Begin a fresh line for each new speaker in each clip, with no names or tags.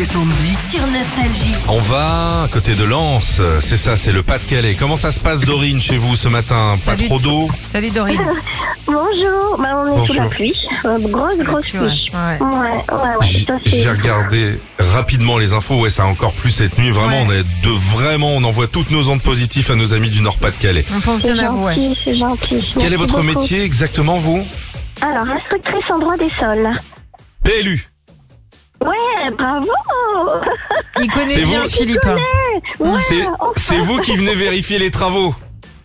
et Sandy.
sur Nostalgie.
On va à côté de Lens, c'est ça, c'est le Pas-de-Calais. Comment ça se passe Dorine chez vous ce matin Pas
Salut.
trop d'eau
Salut Dorine.
Bonjour, bah, on est sous
Bonjour.
la pluie. Euh, grosse, grosse
Ouais,
pluie.
ouais.
Ouais, ouais, ouais,
J'ai
tout à fait.
j'ai regardé rapidement les infos, ouais ça a encore plus cette nuit, vraiment on est de vraiment, on envoie toutes nos ondes positives à nos amis du Nord-Pas-de-Calais.
On pense
C'est
bien à vous. ouais.
gentil, c'est gentil.
Quel
Merci
est votre
beaucoup.
métier exactement vous
Alors, instructrice en droit des sols.
PLU
Ouais, bravo
Il connaît
C'est
bien
vous.
Philippe. hein.
Ouais,
C'est
enfin.
c'est vous qui venez vérifier les travaux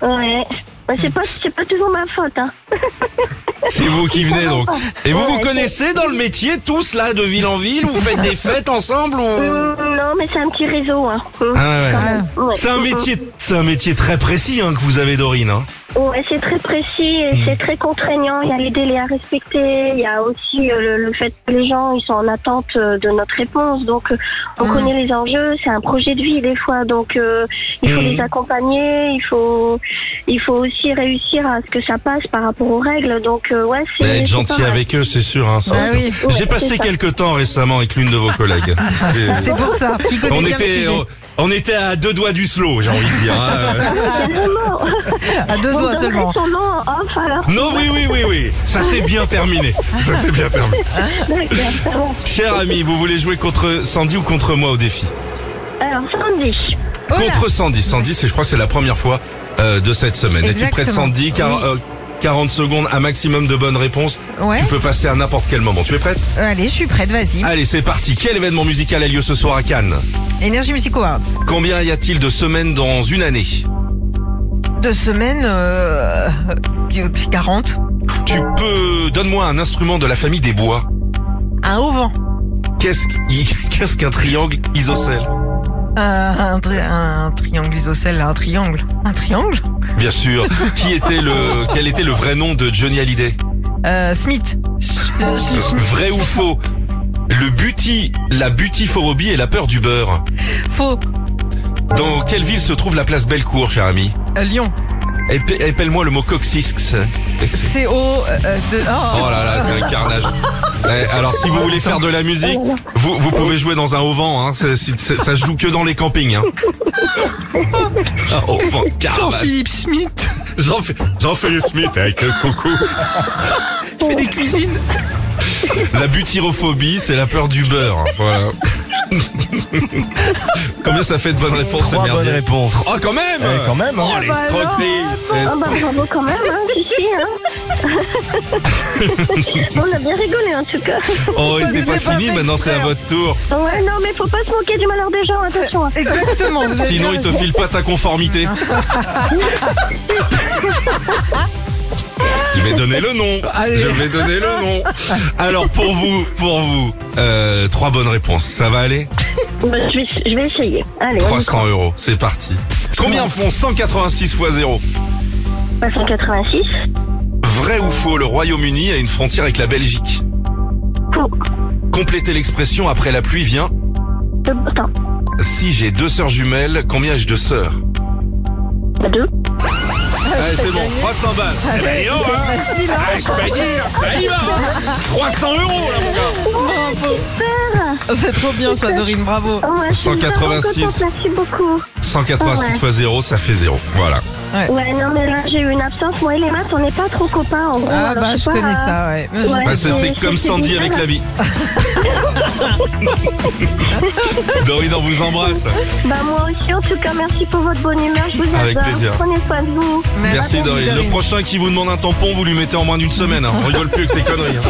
Ouais, Bah, c'est pas, c'est pas toujours ma faute. Hein.
C'est vous qui venez donc. Et vous vous
Ouais,
connaissez dans le métier tous là de ville en ville Vous faites des fêtes ensemble ou...
Hum, non, mais c'est un petit réseau. Hein. Hum,
Ah ouais.
quand même. Ouais.
C'est un métier, c'est un métier très précis hein, que vous avez Dorine. Hein.
Ouais, c'est très précis
Hmm.
et c'est très contraignant. Il y a les délais à respecter. Il y a aussi euh, le, le fait que les gens ils sont en attente euh, de notre réponse. Donc, euh, on
Hmm.
Mhm.
connaît les enjeux. C'est un projet de vie des fois. Donc, euh, il faut
Mhm.
les accompagner. Il faut, il faut aussi réussir à ce que ça passe par rapport aux règles. Donc, euh, ouais, c'est.
Bah, être
c'est pas
gentil
mal.
avec eux, c'est sûr. Hein, ça,
Bah
c'est-
oui.
Ouais,
J'ai
c'est
passé
ça.
quelques temps récemment avec l'une de vos collègues. Et-
Ah, C'est pour ça. Il connaît
on
bien le
était,
sujet.
on, on était à deux doigts du slow, j'ai envie de dire. hein.
Vraiment.
euh,
À deux
On
doigts
donnerait
seulement.
Son nom en off, alors.
Non, oui, oui, oui, oui. Ça s'est bien terminé. Ça s'est bien terminé.
D'accord, ça va.
Cher ami, vous voulez jouer contre Sandy ou contre moi au défi
Alors, Sandy.
Oh là.
Contre Sandy. Sandy, c'est, je crois, que c'est la première fois euh, de cette semaine. Es-tu prête,
Exactement.
Sandy Car-
Oui.
euh, 40 secondes, un maximum de bonnes réponses.
Ouais.
Tu peux passer à n'importe quel moment. Tu es prête
Euh, Allez, je suis prête. Vas-y.
Allez, c'est parti. Quel événement musical a lieu ce soir à Cannes
Energy Music Awards.
Combien y a-t-il de semaines dans une année
Deux semaines. Euh, 40.
Tu peux... Donne-moi un instrument de la famille des bois.
Un auvent.
Qu'est-ce qui- qu'est-ce qu'un triangle isocèle
Un, tri- un triangle isocèle. Un triangle. Un triangle.
Bien sûr. Qui était le... Quel était le vrai nom de Johnny Hallyday
Euh, Smith.
Euh, Vrai ou faux Le buti... La butiphorobie et la peur du beurre.
Faux.
Dans quelle ville se trouve la place Bellecour, cher ami
Euh, Lyon.
Épe- Épelle-moi le mot coccyx.
C O. euh, de. Oh.
Oh là là, c'est un carnage. Eh, alors si vous voulez faire de la musique, vous, vous pouvez jouer dans un auvent, hein. C'est- c'est- c'est- ça se joue que dans les campings. Hein. Un auvent de caravane.
Philippe Smith.
J'en fais, j'en fais le Smith avec le coucou.
Il fait des cuisines.
La butyrophobie, c'est la peur du beurre. hein. Voilà. Combien ça fait de bonnes réponses
Trois
la
bonnes
merdier
réponses.
Oh quand même
Eh, quand même, hein.
Oh les
bah alors,
Ah bah bravo quand même, hein, tu sais, hein. On a bien rigolé en tout cas.
Oh et c'est
Vous
pas
n'êtes pas
fini,
fait
maintenant c'est à
exprès.
votre tour.
Ouais, non, mais faut pas se moquer du malheur des gens, attention. hein.
Exactement. vous avez
Sinon
bien
il te
raison.
file pas ta conformité. Je vais donner le nom.
Allez.
Je vais donner le nom. Alors pour vous, pour vous, euh, trois bonnes réponses. Ça va aller
Bah, je, vais, je vais essayer. Allez, on y croit.
300 euros. C'est parti. Combien font 186 fois 0
Bah, 186.
Vrai ou faux, le Royaume-Uni a une frontière avec la Belgique.
Faux.
Complétez l'expression après la pluie vient.
Deux- Attends,
Si j'ai deux sœurs jumelles, combien ai-je de sœurs
Bah, deux.
Allez, c'est bon, 300 balles. Eh ben, dis donc, hein. Ah, je peux dire, ça y va. hein. 300 euros, là, mon gars.
C'est trop bien ça, Dorine. Bravo.
Oh, ouais, je suis vraiment
186.
contente, Merci beaucoup.
186
Ouais.
fois 0, ça fait 0. Voilà.
Ouais, non, mais là, j'ai eu une absence. Moi et les maths, on n'est pas trop copains en gros.
Ah
alors
bah je
sais pas,
connais
euh,
ça, ouais.
Ouais.
Bah, c'est
mais
c'est
je
comme
sais
Sandy
bien.
avec la vie. Dorine, on vous embrasse.
Bah, moi aussi, en tout cas, merci pour votre bonne humeur. Je vous adore.
Avec plaisir.
Prenez soin de vous.
Merci Dorine. Le prochain qui vous demande un tampon, vous lui mettez en moins d'une semaine. Hein. On rigole plus avec ces conneries. hein.